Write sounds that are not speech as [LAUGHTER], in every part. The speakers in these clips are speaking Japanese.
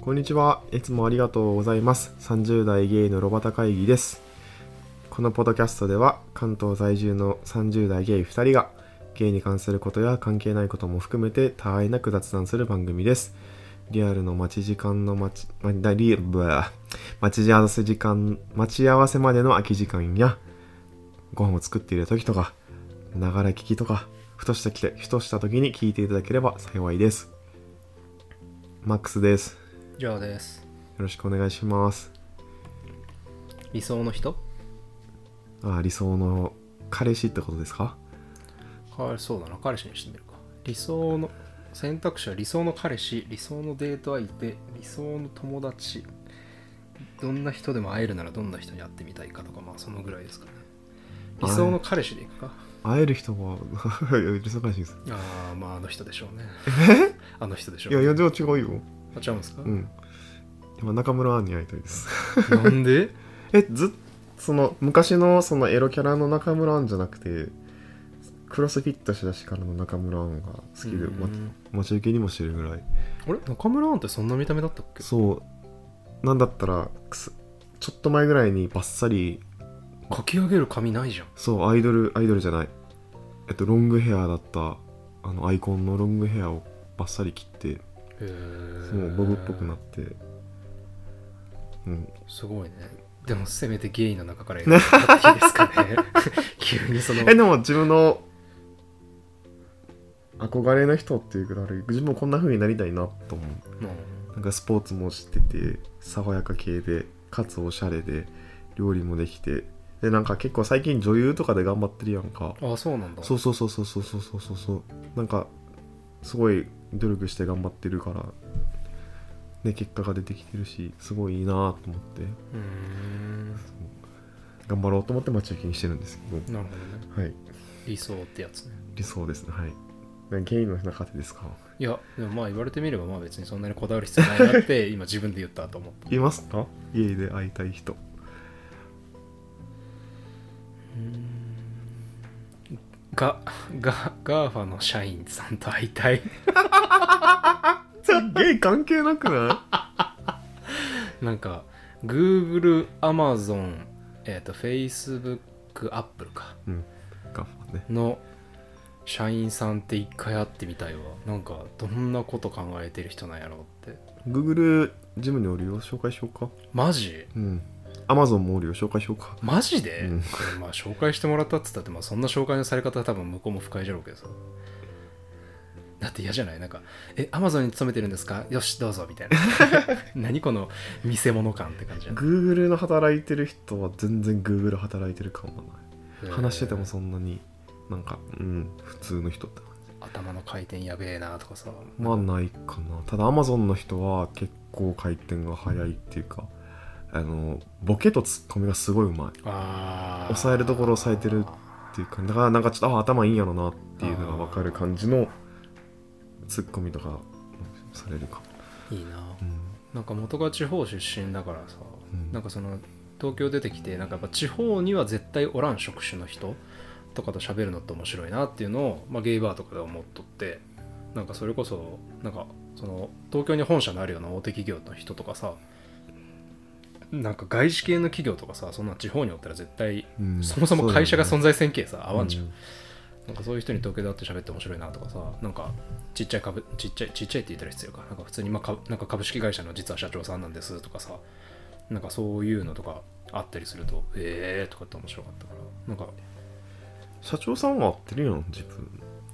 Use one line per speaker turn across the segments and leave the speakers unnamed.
こんにちは。いつもありがとうございます。30代ゲイのロバタ会議です。このポッドキャストでは、関東在住の30代ゲイ2人が、ゲイに関することや関係ないことも含めて、たわいなく雑談する番組です。リアルの待ち時間の待ち、まだリブワ待ち合わせ時間、待ち合わせまでの空き時間や、ご飯を作っている時とか、ながら聞きとか、ふとしたきて、ふとした時に聞いていただければ幸いです。マックスです。
ジョーです
よろしくお願いします。
理想の人
あ理想の彼氏ってことですか
彼そうだな彼氏にしてみるか理想の選択肢は理想の彼氏理想のデート相手理想の友達どんな人でも会えるならどんな人に会ってみたいかとかまあそのぐらいですかね理想の彼氏でいくか
会える人は [LAUGHS] 理想彼氏です。
ああまああの人でしょうね [LAUGHS] あの人でしょ、
いう
ね、
や、いや、でも違うよ。
あ違うんですか、
うん。今、中村アンに会いたいです。
[LAUGHS] なんで
え、ずっその、昔のそのエロキャラの中村アンじゃなくて、クロスフィットしだしからの中村アンが好きで、
う
ま
ん
待ち受けにもしてるぐらい。
あれ中村アンってそんな見た目だったっけ
そう。なんだったら、くすちょっと前ぐらいにバッサリ、
書き上げる髪ないじゃん
そう、アイドル、アイドルじゃない。えっと、ロングヘアだった、あの、アイコンのロングヘアをバッサリ切って、
へえ
もうボブっぽくなって、うん、
すごいね。でもせめてゲイの中から選んでもらっていいです [LAUGHS] かね。急にその
え。でも自分の憧れの人っていうくらい自分もこんな風になりたいなと思う
うん
なんかスポーツもしてて爽やか系でかつおしゃれで料理もできてでなんか結構最近女優とかで頑張ってるやんか
あそうなんだ。
そうそうそうそうそうそうそうそうそうなんかすごい努力して頑張ってるからね結果が出てきてるしすごいいいなと思って
うーん。
頑張ろうと思って待ち受けにしてるんですけど
なるほどね。
はい、
理想ってやつね。
理想ですね。はい。でゲイの中でですか
いや、でもまあ言われてみればまあ別にそんなにこだわる必要ないな [LAUGHS] って今自分で言ったと思った。
いますかゲイで会いたい人。
が、が、ガーファの社員さんと会いたい。
じゃあゲイ関係なくない
[LAUGHS] なんか、Google、Amazon、えっ、と、Facebook、Apple か。
うん。ガファね。
の社員さんって一回会ってみたいわなんかどんなこと考えてる人なんやろうって
Google ジムにおるよ。紹介しようか。
マジ
うん。Amazon もおるよ。紹介しようか。
マジで、
うん
これまあ紹介してもらったっつったって、まあ、そんな紹介のされ方は多分向こうも不快じゃろうけどさだって嫌じゃないなんか「えアマゾンに勤めてるんですかよしどうぞ」み
[LAUGHS]
たいな何この見せ物感って感じじゃない
Google の働いてる人は全然 Google 働いてる感はない。話しててもそんなに、なんか、うん、普通の人って感じ。
頭の回転やべえなとかさ
まあないかな。ただ Amazon の人は結構回転が早いっていうか、あの、ボケとツッコミがすごいうまい。
あー
抑えるところ抑えてるっていう感じだからなんかちょっとあ頭いいんやろなっていうのが分かる感じのツッコミとかされるかも、
いいな
うん
なんか元が地方出身だからさ、
うん
なんかその東京出てきてなんかやっぱ地方には絶対おらん職種の人とかと喋るのって面白いなっていうのを、まあ、ゲイバーとかで思っとってなんかそれこそなんかその東京に本社のあるような大手企業の人とかさなんか外資系の企業とかさそんな地方におったら絶対
うん
そもそも会社が
そう
存在せんけさ合わんじゃん、
だよね
なんかそういう人に東京で会って喋って面白いなとかさなんかちっちゃい株ちっちゃいちっちゃいって言ったら必要かなんか普通に、まあ、かなんか株式会社の実は社長さんなんですとかさなんかそういうのとかあったりするとええー、とかって面白かったからなんか
うん社長さんは合ってるやん自分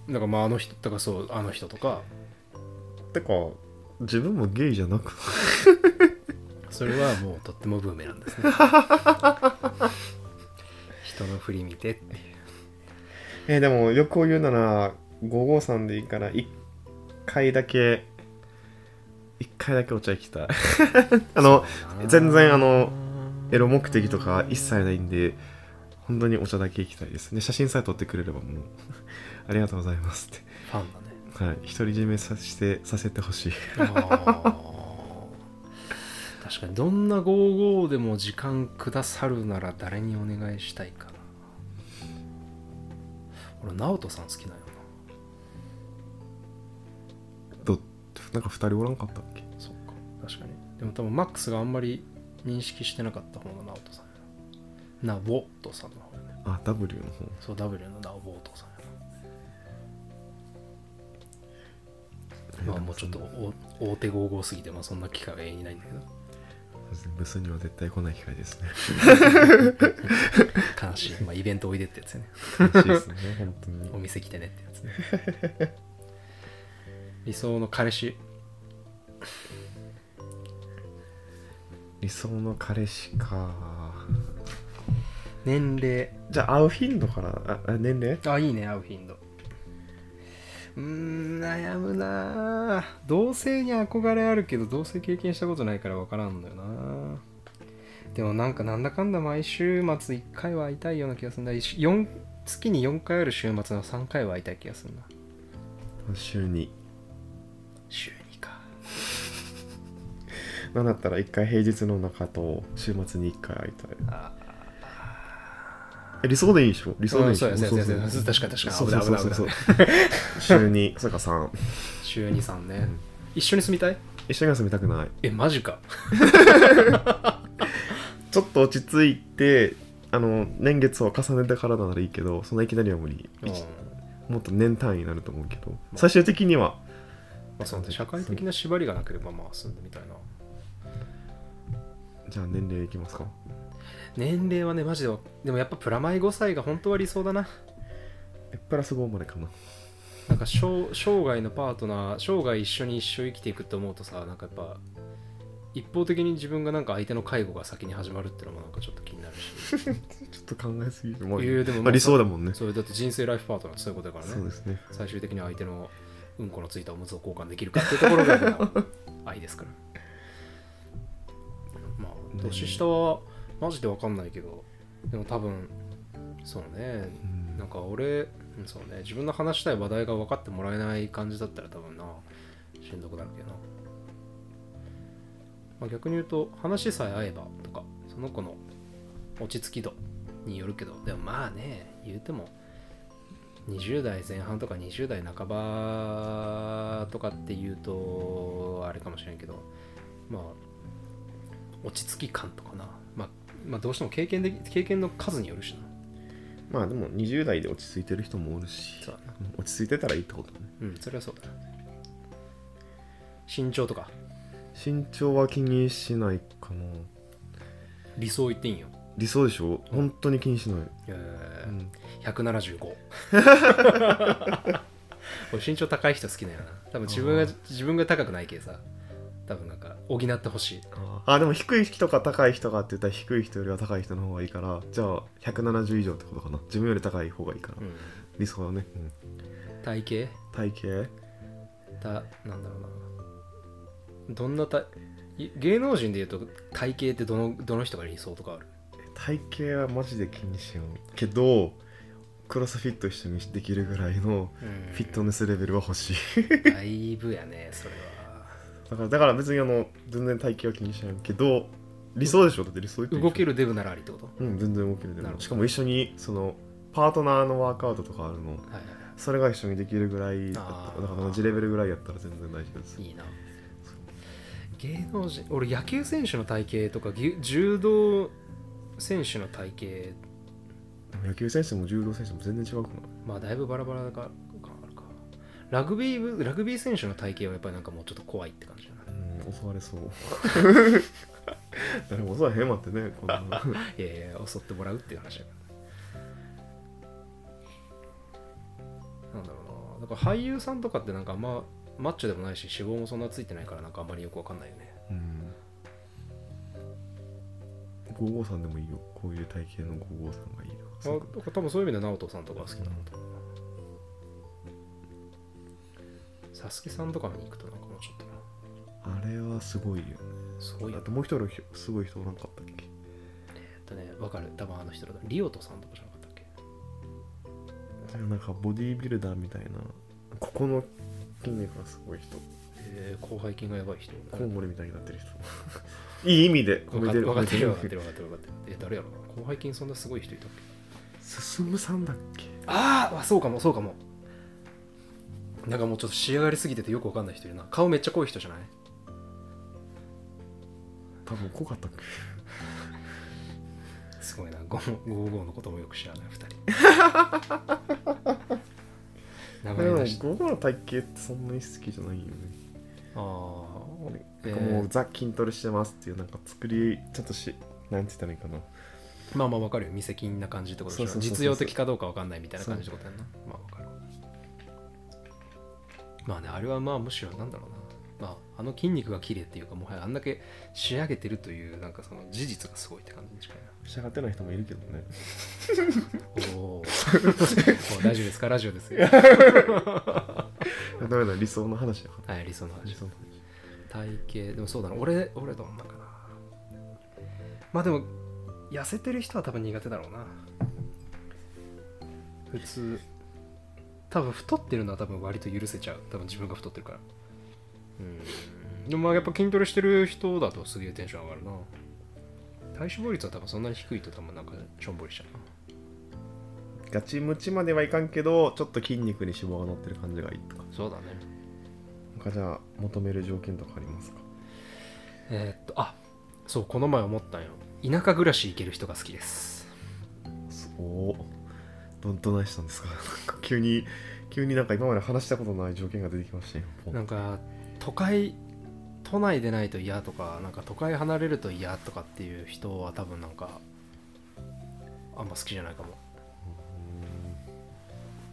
なんかまああの人とかそうあの人とか
てか自分もゲイじゃなく
それはもうとってもブーメランです
[LAUGHS]
ね人の振り見てっていう
えでもよく言うなら553でいいから1回だけ1回だけお茶行きたい [LAUGHS] あの全然あのエロ目的とか一切ないんで本当にお茶だけ行きたいですね写真さえ撮ってくれればもう [LAUGHS] ありがとうございますっ
ファンだね
てはい独り占めさせてさせてほしい
あー確かにどんな55でも時間くださるなら誰にお願いしたいかな俺直人さん好きなんよ
どなんか2人おらんかったっけ
なそっか確かにでも多分マックスがあんまり認識してなかった方のナオトさんやなナボトさんの方やね
あ W の方
そう W のナボトさんやなまあもうちょっとお大手豪豪すぎてまあそんな機会は永遠にないんだけど
そうですねブスには絶対来ない機会です
[LAUGHS]
ね
悲しい、まあ、イベントおいでってやつやね
嬉しいですね本当に
お店来てねってやつね理想の彼氏
理想の彼氏か
年齢
じゃあ会う頻度からああ年齢
あいいね会う頻度うーん悩むなあ同性に憧れあるけど同性経験したことないから分からんのよなでもなんかなんだかんだ毎週末1回は会いたいような気がするんだ4月に4回ある週末の3回は会いたい気がするな
週に
週2か
なんだったら1回平日の中と週末に1回会いたい
あ
え理想でいいでしょ理
理
想でいいでし
そ
ょ
うやそうやそうやそうや確かに確かに
そうそう
危ない
そう
危
そ
ないう危ない
週にそうか3
週23ね、
ん
一緒に住みたい
一緒に休みたくない
えマジか
ちょっと落ち着いてあの年月を重ねてからならいいけどそんないきなりは無理
[LAUGHS] うん
もっと年単位になると思うけど最終的には
まあ、そうね社会的な縛りがなければまあ住んでみたいな
じゃあ年齢いきますか
年齢はねマジでわでもやっぱプラマイ5歳が本当は理想だな
えプラス5までかな
なんか生生涯のパートナー生涯一緒に一生生きていくって思うとさなんかやっぱ一方的に自分がなんか相手の介護が先に始まるってのもなんかちょっと気になるし
ちょっと考えすぎる、まあ
いやいやでも
まあ理想だもんねそ
それだって人生ライフパートナーってそういうことだから
う
ね
ですね
最終的に相手のうんこのついたおむつを交換できるかっていうところがまあ愛ですからまあ年下はマジで分かんないけどでも多分そうね
うん
なんか俺うんそうね自分の話したい話題が分かってもらえない感じだったら多分なしんどくなるけどな、まあ、逆に言うと話さえ合えばとかその子の落ち着き度によるけどでもまあね言うても20代前半とか20代半ばとかっていうとあれかもしれんけどまあ落ち着き感とかな、まあ、まあどうしても経験でき経験の数によるしな
まあでも20代で落ち着いてる人もおるし
そうだな
うん落ち着いてたらいいってことね
うん、それはそうだな。身長とか、
身長は気にしないかな
理想言っていいんよ。
理想でしょ本当に気にしない、
え
う
ー
ん
175。俺身長高い人好きだよな。多分自分
あ
が
ー
自分が高くないけさ、多分なんか補ってほしい。
あでも低い人か高い人かって言ったら低い人よりは高い人の方がいいからじゃあ170以上ってことかな自分より高い方がいいから、
うん、
理想だね、
体型
体型
たなんだろうな。どんな体い芸能人で言うと体型ってどのどの人が理想とかある
体型はマジで気にしようけどクロスフィット一緒にできるぐらいのフィットネスレベルは欲しい
だいぶやね、それは。
だからだから別にあの全然体型は気にしないけど理想でしょだって理想
動け
る
るデブならありってこと
うん全然動けるで
なるほ
も
ど
しかも一緒にそのパートナーのワークアウトとかあるの
はいはいは
それが一緒にできるぐらいだった
あー
だから同じレベルぐらいやったら全然大丈夫です
いいいな芸能人俺野球選手の体型とかぎ柔道選手の体型
でも野球選手も柔道選手も全然違うかな
まあだいぶバラバラだからあるかラグビー部ラグビー選手の体型はやっぱりなんかもうちょっと怖いって感じだな
うん襲われそう [LAUGHS] 誰も襲わへんわってねこん
[LAUGHS]
な
いやいや襲ってもらうっていう話だからなんだろうなだから俳優さんとかってなんかあんまマッチョでもないし脂肪もそんなついてないからなんかあんまりよくわかんないよね
うん553でもいいよこういう体型の553がいいな
あ
そう
だから多分そういう意味で直人さんとかは好きだなと思うサスケさんとかに行くとなんかもうちょっとな
あれはすごいよね
すごい
あ
よ
ともう一人のひすごい人おらんかったっけ
えっとねわかる多分あの人だリオトさんとかじゃなかったっけ
なんかボディービルダーみたいなここの筋肉がすごい人
えー、後背筋がやばい人
コウモリみたいになってる人 [LAUGHS] いい意味で
分かってる分かってる分かって
る
る分かってる分かってるえ誰やろな後背筋そんなすごい人いたっけ
進むさんだっけ
あーあそうかもそうかもなんかもうちょっと仕上がりすぎててよくわかんない人いるな顔めっちゃ濃い人じゃない
多分濃かったっけ
すごいな55のこともよく知らない2人 [LAUGHS]
で
名前
も
出して
午後の体型ってそんなに好きじゃないよね、
ああえ
なんかもう
ー
ザ筋トレしてますっていうなんか作りちょっとしなんて言ったらいいかな
まあまあわかるよ未金な感じってことでし
そうそうそ
ょ
うそう
実用的かどうかわかんないみたいな感じってことやんなまあわかるまあねあれはまあむしろなんだろうなまああの筋肉が綺麗っていうかもはやあんだけ仕上げてるというなんかその事実がすごいって感じに近いな
仕上がってない人もいるけど [LAUGHS] ね
おーお [LAUGHS] ー大丈夫ですかラジオですよ
[LAUGHS] だめだ理想の話だか
はい理想の
ら
話
理想の話
体型でもそうだな俺俺どんなかなまあでも痩せてる人は多分苦手だろうな普通多分太ってるのは多分割と許せちゃう多分自分が太ってるからうんでもまあやっぱ筋トレしてる人だとすげえテンション上がるな体脂肪率は多分そんなに低いと多分なんかしょんぼりしちゃうな
ガチムチまではいかんけどちょっと筋肉に脂肪が乗ってる感じがいいとか
そうだね
なんかじゃあ求める条件とかありますか
えーっとあそうこの前思ったんよ田舎暮らし行ける人が好きです
そうどどないしたん [LAUGHS] ですかなんか急に急になんか今まで話したことない条件が出てきましたよ
なんか都会都内でないと嫌とかなんか都会離れると嫌とかっていう人は多分なんかあんま好きじゃないかも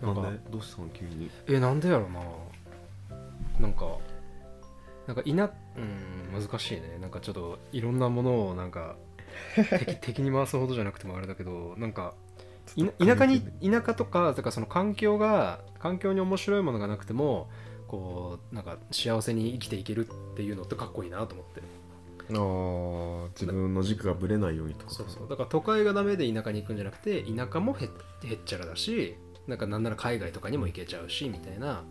うーん
なん
な
か
んでどうしたの急に
えなんでやろななんかなんかいなうん難しいねなんかちょっといろんなものをなんか [LAUGHS] 敵敵に回すほどじゃなくてもあれだけどなんかいな田舎に田舎とかだからその環境が環境に面白いものがなくてもこうなんか幸せに生きていけるっていうのってかっこいいなと思って
あー自分の軸がぶれないようにとか
そうそうだから都会がダメで田舎に行くんじゃなくて田舎もへっへっちゃらだしなんかなんなら海外とかにも行けちゃうしみたいな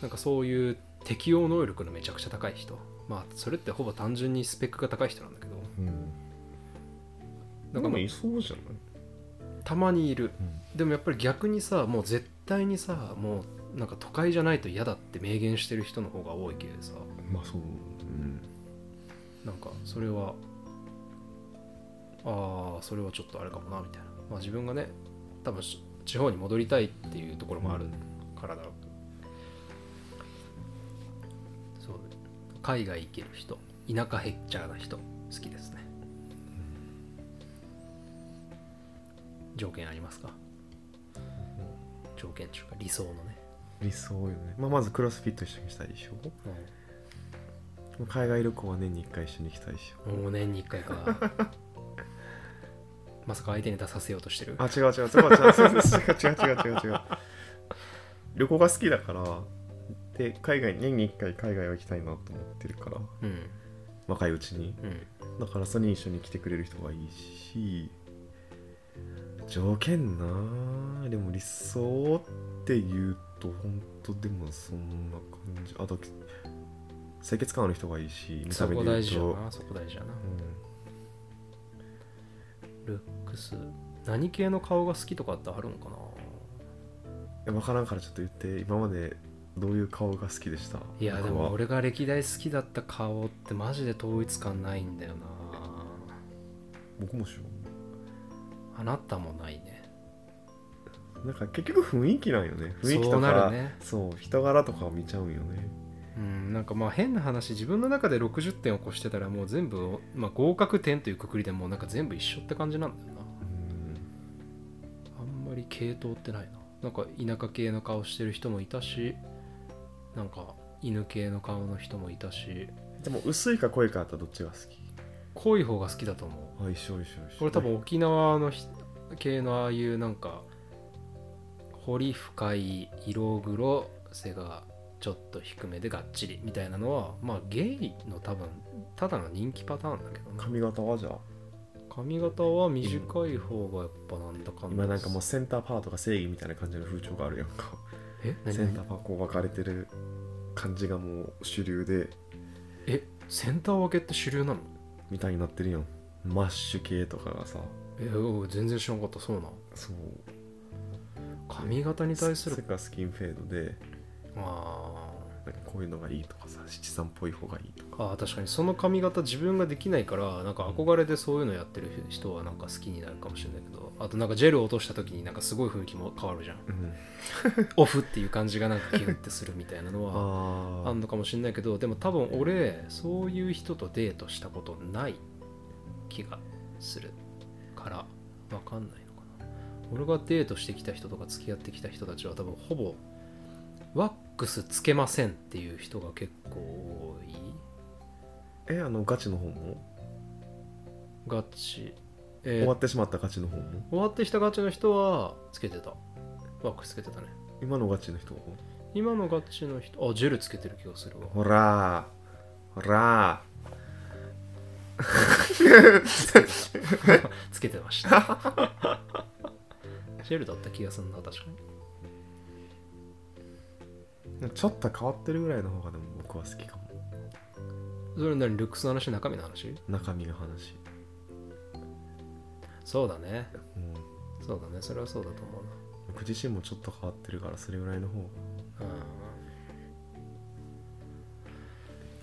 なんかそういう適応能力のめちゃくちゃ高い人まあそれってほぼ単純にスペックが高い人なんだけど
うんな
な
んんか
かも
も
う
いそうじゃない、
たまにいる
うん
でもやっぱり逆にさもう絶対にさもうなんか都会じゃないと嫌だって明言してる人の方が多いけどさ
まあそう、うん、
なんかそれはああそれはちょっとあれかもなみたいな、まあ、自分がね多分し地方に戻りたいっていうところもあるからだろうそう海外行ける人田舎へっちゃらな人好きですね条件ありますか条件っていうか理想のね、
理想よね、まあ、まずクロスフィット一緒にしたいでしょ海外旅行は年に1回一緒に行きたいし
もう年に1回かまさか相手に出させようとしてる
あ違う違うそれは違うそう違う違う違う違う違う旅行が好きだからで海外年に1回海外は行きたいなと思ってるから
うん
若いうちに
うん
だからそれに一緒に来てくれる人がいいし条件なあでも理想って言うと本当でもそんな感じあと清潔感ある人がいいし見た
そ
目
こ
で言
大
う
事や
と
なそこ大事やな
うん
ルックス何系の顔が好きとかってあるんかな
分からんからちょっと言って今までどういう顔が好きでした
いやで
僕は
も俺が歴代好きだった顔ってマジで統一感ないんだよな
僕もしよ
あなたもないね
うなんか結局雰囲気なんよね雰囲気とか
そうなるね
そう人柄とかを見ちゃうんよね
うんなんかまあ変な話自分の中で60点を越してたらもう全部、まあ、合格点というくくりでもうなんか全部一緒って感じなんだよな
うん
あんまり系統ってないななんか田舎系の顔してる人もいたしなんか犬系の顔の人もいたし
でも薄いか濃いかあったらどっちが好き
濃い方が好きだと思う
あ一緒一緒一緒
俺多分沖縄のひ系のああいうなんか彫り深い色黒背がちょっと低めでがっちりみたいなのはまあゲイの多分ただの人気パターンだけどな
髪型はじゃあ
髪型は短い方がやっぱなんだかんだ
今なんかもうセンターパートが正義みたいな感じの風潮があるやんか
え何
センターパーこう分かれてる感じがもう主流で
えセンター分けって主流なの
みたいになってるやんマッシュ系とかがさ
えおう全然知らんかったそうな
そう
髪型に対す
それ
る
かスキンフェードで
あー
なんかこういうのがいいとかさ七三っぽい方がいいとか
ああ確かにその髪型自分ができないからなんか憧れでそういうのやってる人はなんか好きになるかもしれないけどあとなんかジェルを落とした時になんかすごい雰囲気も変わるじゃん
うん
オフっていう感じがなんかギュッてするみたいなのは
[LAUGHS] あ
あんのかもしれないけどでも多分俺そういう人とデートしたことない気がするから分かんないのかな俺がデートしてきた人とか付き合ってきた人たちは多分ほぼワックスつけませんっていう人が結構多い
えあのガチの方も、
ガチえー
終わってしまったガチの方も
終わってきたガチの人はつけてたワックスつけてたね
今のガチの人は
今のガチの人あジェルつけてる気がす
[LAUGHS]
るわ
ほらほら
つけてました [LAUGHS] ジェルだった気がするな確かに
ちょっと変わってるぐらいの方がでも僕は好きかも
それ何ルックスの話中身の話
中身の話
そうだね
うん
そうだねそれはそうだと思う
僕自身もちょっと変わってるからそれぐらいの方が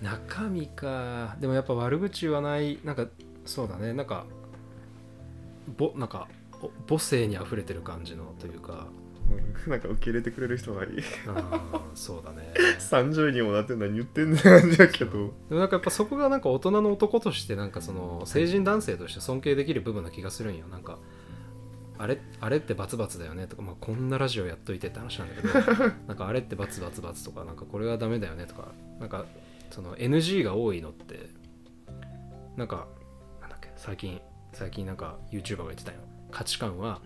[LAUGHS]
なうん中身かでもやっぱ悪口言わないなんかそうだねなんかぼなんかお母性にあふれてる感じのというか、
なんか受け入れてくれる人がいい [LAUGHS]
うん、そうだね
30人もなって何言ってんだ感じだけど
でもなんかやっぱそこがなんか大人の男としてなんかその成人男性として尊敬できる部分な気がするんよなんかあれあれってバツバツだよねとか、まあ、こんなラジオやっといてって話なんだけどなんかあれってバツバツバツとかなんかこれはダメだよねとかなんかその NG が多いのってなんかなんだっけ最近最近なんか YouTuber が言ってたよ価値観は、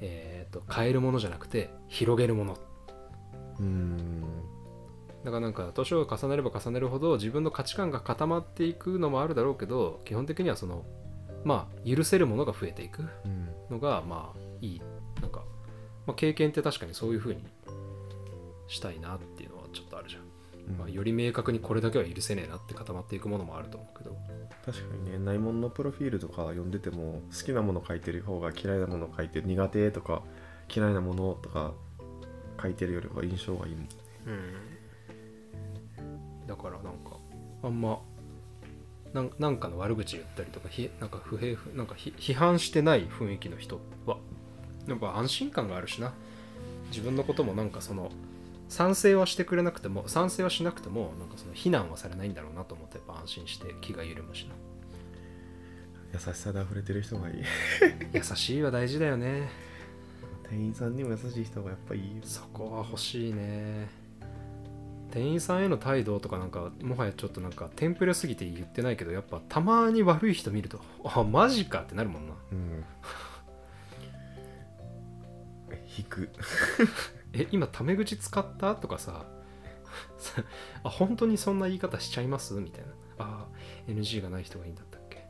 えー、と変えるものじゃなくて広げるもの
うーん
だからなんか年を重ねれば重ねるほど自分の価値観が固まっていくのもあるだろうけど基本的にはそのまあ許せるものが増えていく
うん
のがまあいいなんか、まあ、経験って確かにそういう風にしたいなっていうのはちょっとあるじゃん、
うん
まあ、より明確にこれだけは許せねえなって固まっていくものもあると思うけど
確かにね内門のプロフィールとか読んでても好きなもの書いてる方が嫌いなもの書いて苦手とか嫌いなものとか書いてるよりは印象がいいもん
だからなんかあんまなんなんかの悪口言ったりとかひなんか不平不なんかひ批判してない雰囲気の人はやっぱ安心感があるしな自分のこともなんかその賛成はしてくれなくても賛成はしなくてもなんかその非難はされないんだろうなと思ってやっぱ安心して気が緩むしな
優しさで溢れてる人がいい
優しいは大事だよね
店員さんにも優しい人がやっぱいいよ
そこは欲しいね店員さんへの態度とかなんかもはやちょっとなんかテンプレすぎて言ってないけどやっぱたまに悪い人見るとあマジかってなるもんな
うん引く
え今タメ口使ったとかさ [LAUGHS] さあ本当にそんな言い方しちゃいますみたいなあ NG がない人がいいんだったっけ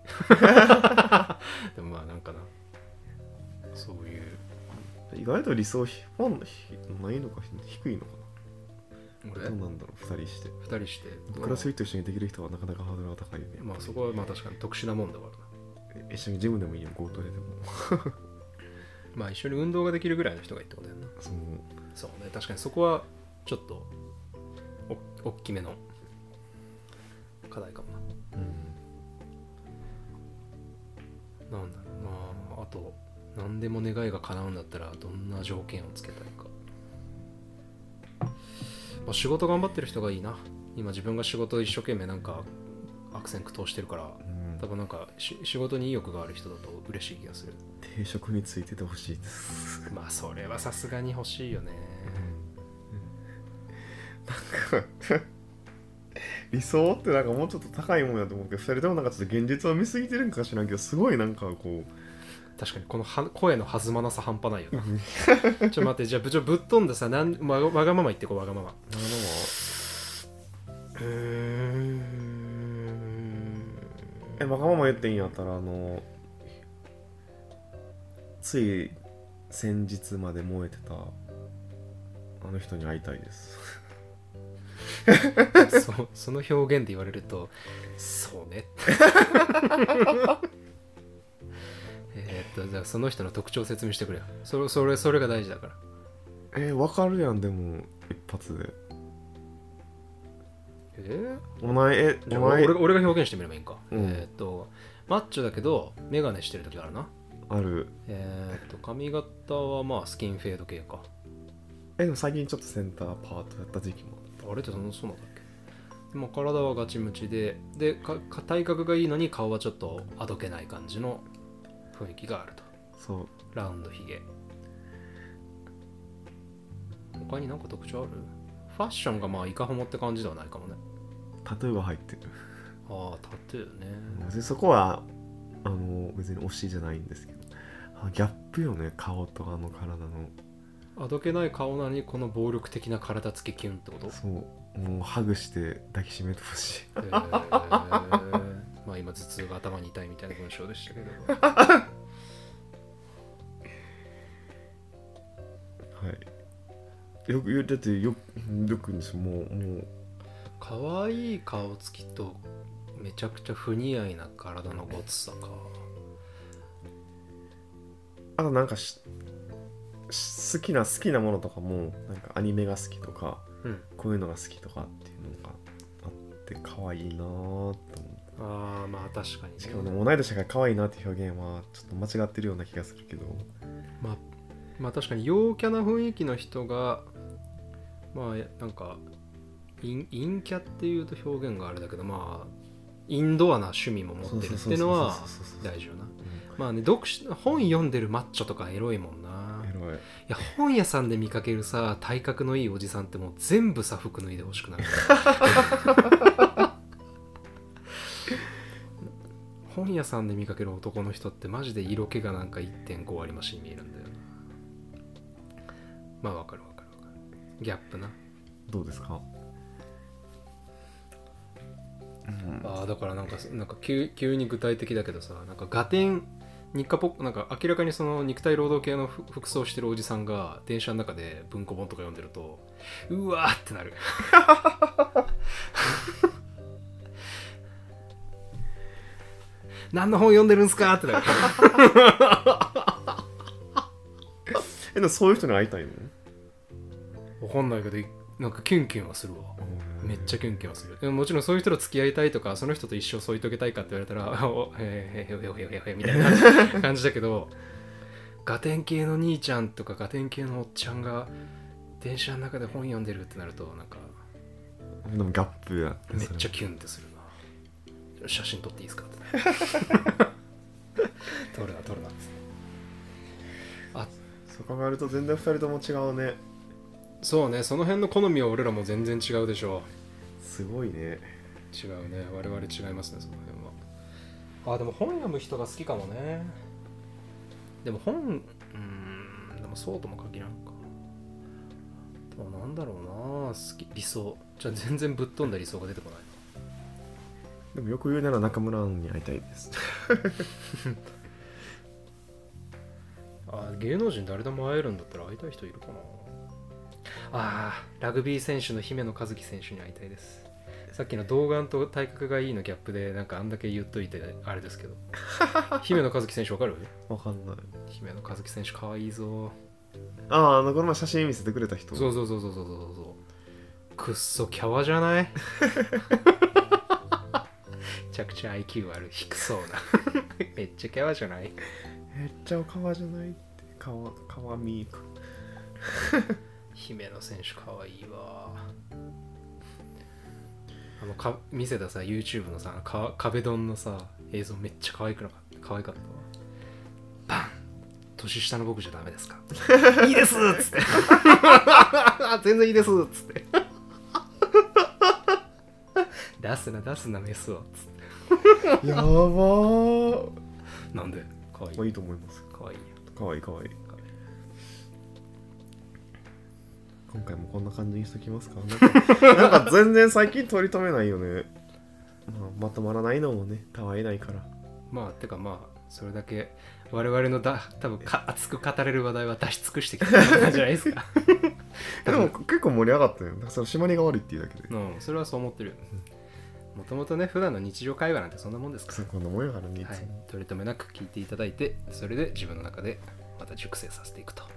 [LAUGHS]
でもまあなんかなそういう
意外と理想ひファンひないのかひ低いのかな
俺
どうなんだろう2人して
2人して
クラスメイト一緒にできる人はなかなかハードルが高いよね、
まあそこはまあ確かに特殊なもんだからな
一緒にジムでもいいよゴートレでも
まあ一緒に運動ができるぐらいの人がいいってことやんな
その
そうね確かにそこはちょっとお大きめの課題かも
うん
ななんだろうまああと何でも願いが叶うんだったらどんな条件をつけたいか、まあ、仕事頑張ってる人がいいな今自分が仕事を一生懸命なんか悪戦苦闘してるから
うん
多分なんかし仕事に意欲がある人だと嬉しい気がする
定職についててほしいです
まあそれはさすがに欲しいよね
理想ってなんかもうちょっと高いもんやと思うけど2人ともなんかちょっと現実を見すぎてるんか知らんけどすごいなんかこ
確かにこのは声の弾まなさ半端ないよなちょっと待ってじゃあ部長ぶっ飛んでさなんわがわがまま言ってこうわがまま
うえわがまま言っていいんやったらあのつい先日まで燃えてたあの人に会いたいです
そその表現で言われるとそ
[LAUGHS]
うねえーっとじゃあその人の特徴を説明してくれよそれそれそれが大事だから
えわかるやんでも一発で
え
お前え
ー、じ
お
ゃあ
前
俺が俺が表現してみればいいんか、
うん
えーっとマッチョだけどメガネしてる時あるな
ある
えーっと髪型はまあスキンフェード系か
えでも最近ちょっとセンターパートやった時期も
あれってそのそうなんだっけ、まあ、体はガチムチででかか体格がいいのに顔はちょっとあどけない感じの雰囲気があると
そう
ラウンドヒゲ他に何か特徴あるファッションがまあイカホモって感じではないかもね
タトゥーが入ってる
ああタトゥーね
別にそこはあの別に推しじゃないんですけどあギャップよね顔とあの体の
あどけない顔なのにこの暴力的な体つきキュンってこと
そうもうハグして抱きしめてほしい
えーまあ今頭痛が頭に痛いみたいな文章でしたけど
はいよく言うだってよくよくですもうもう
可愛い顔つきとめちゃくちゃ不似合いな体のごつさか
あとなんかしし好きな好きなものとかもなんかアニメが好きとか
うん
こういうのが好きとかっていうのがあって可愛いなーと思って
ああまあ確かに
しかも
ね、
ね同い年が可愛いなっていう表現はちょっと間違ってるような気がするけど
まあ、まあ確かに陽キャな雰囲気の人がまあなんか陰陰キャっていうと表現があれだけどまあインドアな趣味も持ってるっていうのは
そうそうそうそうそうそう
大事よなまあね読書本読んでるマッチョとかエロいもんな
うんエロい
いや本屋さんで見かけるさ体格のいいおじさんってもう全部さ服脱いでほしくなる [LAUGHS] 本屋さんで見かける男の人ってマジで色気がなんか1.5割増しに見えるんだよなまあわかるわかるわかるギャップな
どうですか、うん、
あーだからなんかなんか急急に具体的だけどさなんかガテン日課ポッなんか明らかにその肉体労働系の服服装してるおじさんが電車の中で文庫本とか読んでるとうわーってなる [LAUGHS] 何の本読んでるんすかってなる
えでもそういう人に会いたいの
わかんないけどなんかキュンキュンはするわめっちゃキュンキュンはするでももちろんそういう人と付き合いたいとかその人と一生添い遂げたいかって言われたら [LAUGHS] おへーへーへーへーへーへーみたいな感じ感じだけどガテン系の兄ちゃんとかガテン系のおっちゃんが電車の中で本読んでるってなるとなんか
でもギャップやって
めっちゃ
そ
キュンってするな写真撮っていいですかって撮るな撮るなっつってあ
れそう考えると全然2人とも違うね
そうねその辺の好みは俺らも全然違うでしょう
すごいね
違うね我々違いますねその辺はあでも本読む人が好きかもねでも本うーんでもそうとも限らんかでもなんだろうな好き理想じゃあ全然ぶっ飛んだ理想が出てこない
でもよく言うなら中村アンに会いたいです
あ芸能人誰でも会えるんだったら会いたい人いるかなあーラグビー選手の姫野和樹選手に会いたいですさっきの童顔と体格がいいのギャップでなんかあんだけ言っといてあれです [LAUGHS] けど姫野和樹選手わかる
[LAUGHS] わかんない
姫野和樹選手かわいいぞ
あああのこの前写真見せてくれた人
そうそうそうそうそうそうそうくっそキャワじゃないめちゃくちゃ IQ ある低そうなめっちゃキャワじゃない
めっちゃお川じゃないって川川見か
姫野選手かわいいわあのか見せたさ YouTube のさか壁ドンのさ映像めっちゃ可愛くなかった可愛かったわバン年下の僕じゃダメ [LAUGHS] ですかいいですっつって [LAUGHS] 全然いいですっつって出すな出すなメスをつっ
やばー
てなんで可愛い
まあいいと思います
可愛いよ
かわいいかわいい
可愛い
今回もこんな感じにしときますかなんか [LAUGHS] なんか全然最近取り留めないよね、まあ、まとまらないのもねたわいないから
まあてかまあそれだけ我々のだ多分か熱く語れる話題は出し尽くしてきたんじゃないですか
[LAUGHS] [LAUGHS] でも結構盛り上がったよだからその締まりが悪いっていうだけで
うんそれはそう思ってるよもともとね普段の日常会話なんてそんなもんですか
そうこんなもんやからねい
ら、は
つ
い
も、
取り留めなく聞いていただいてそれで自分の中でまた熟成させていくと
は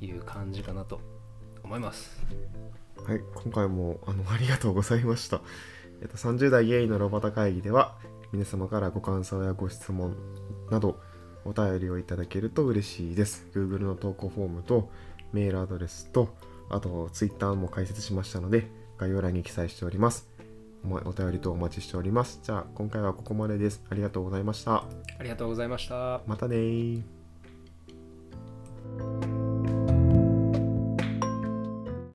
い
いう感じかなと思います
はい、今回もあのありがとうございました。えっと、30代ゲイのロバタ会議では、皆様からご感想やご質問など、お便りをいただけると嬉しいです。Google の投稿フォームと、メールアドレスと、あと Twitter も開設しましたので、概要欄に記載しております。おもお便りとお待ちしております。じゃあ、今回はここまでです。ありがとうございました。
ありがとうございました。
またねー。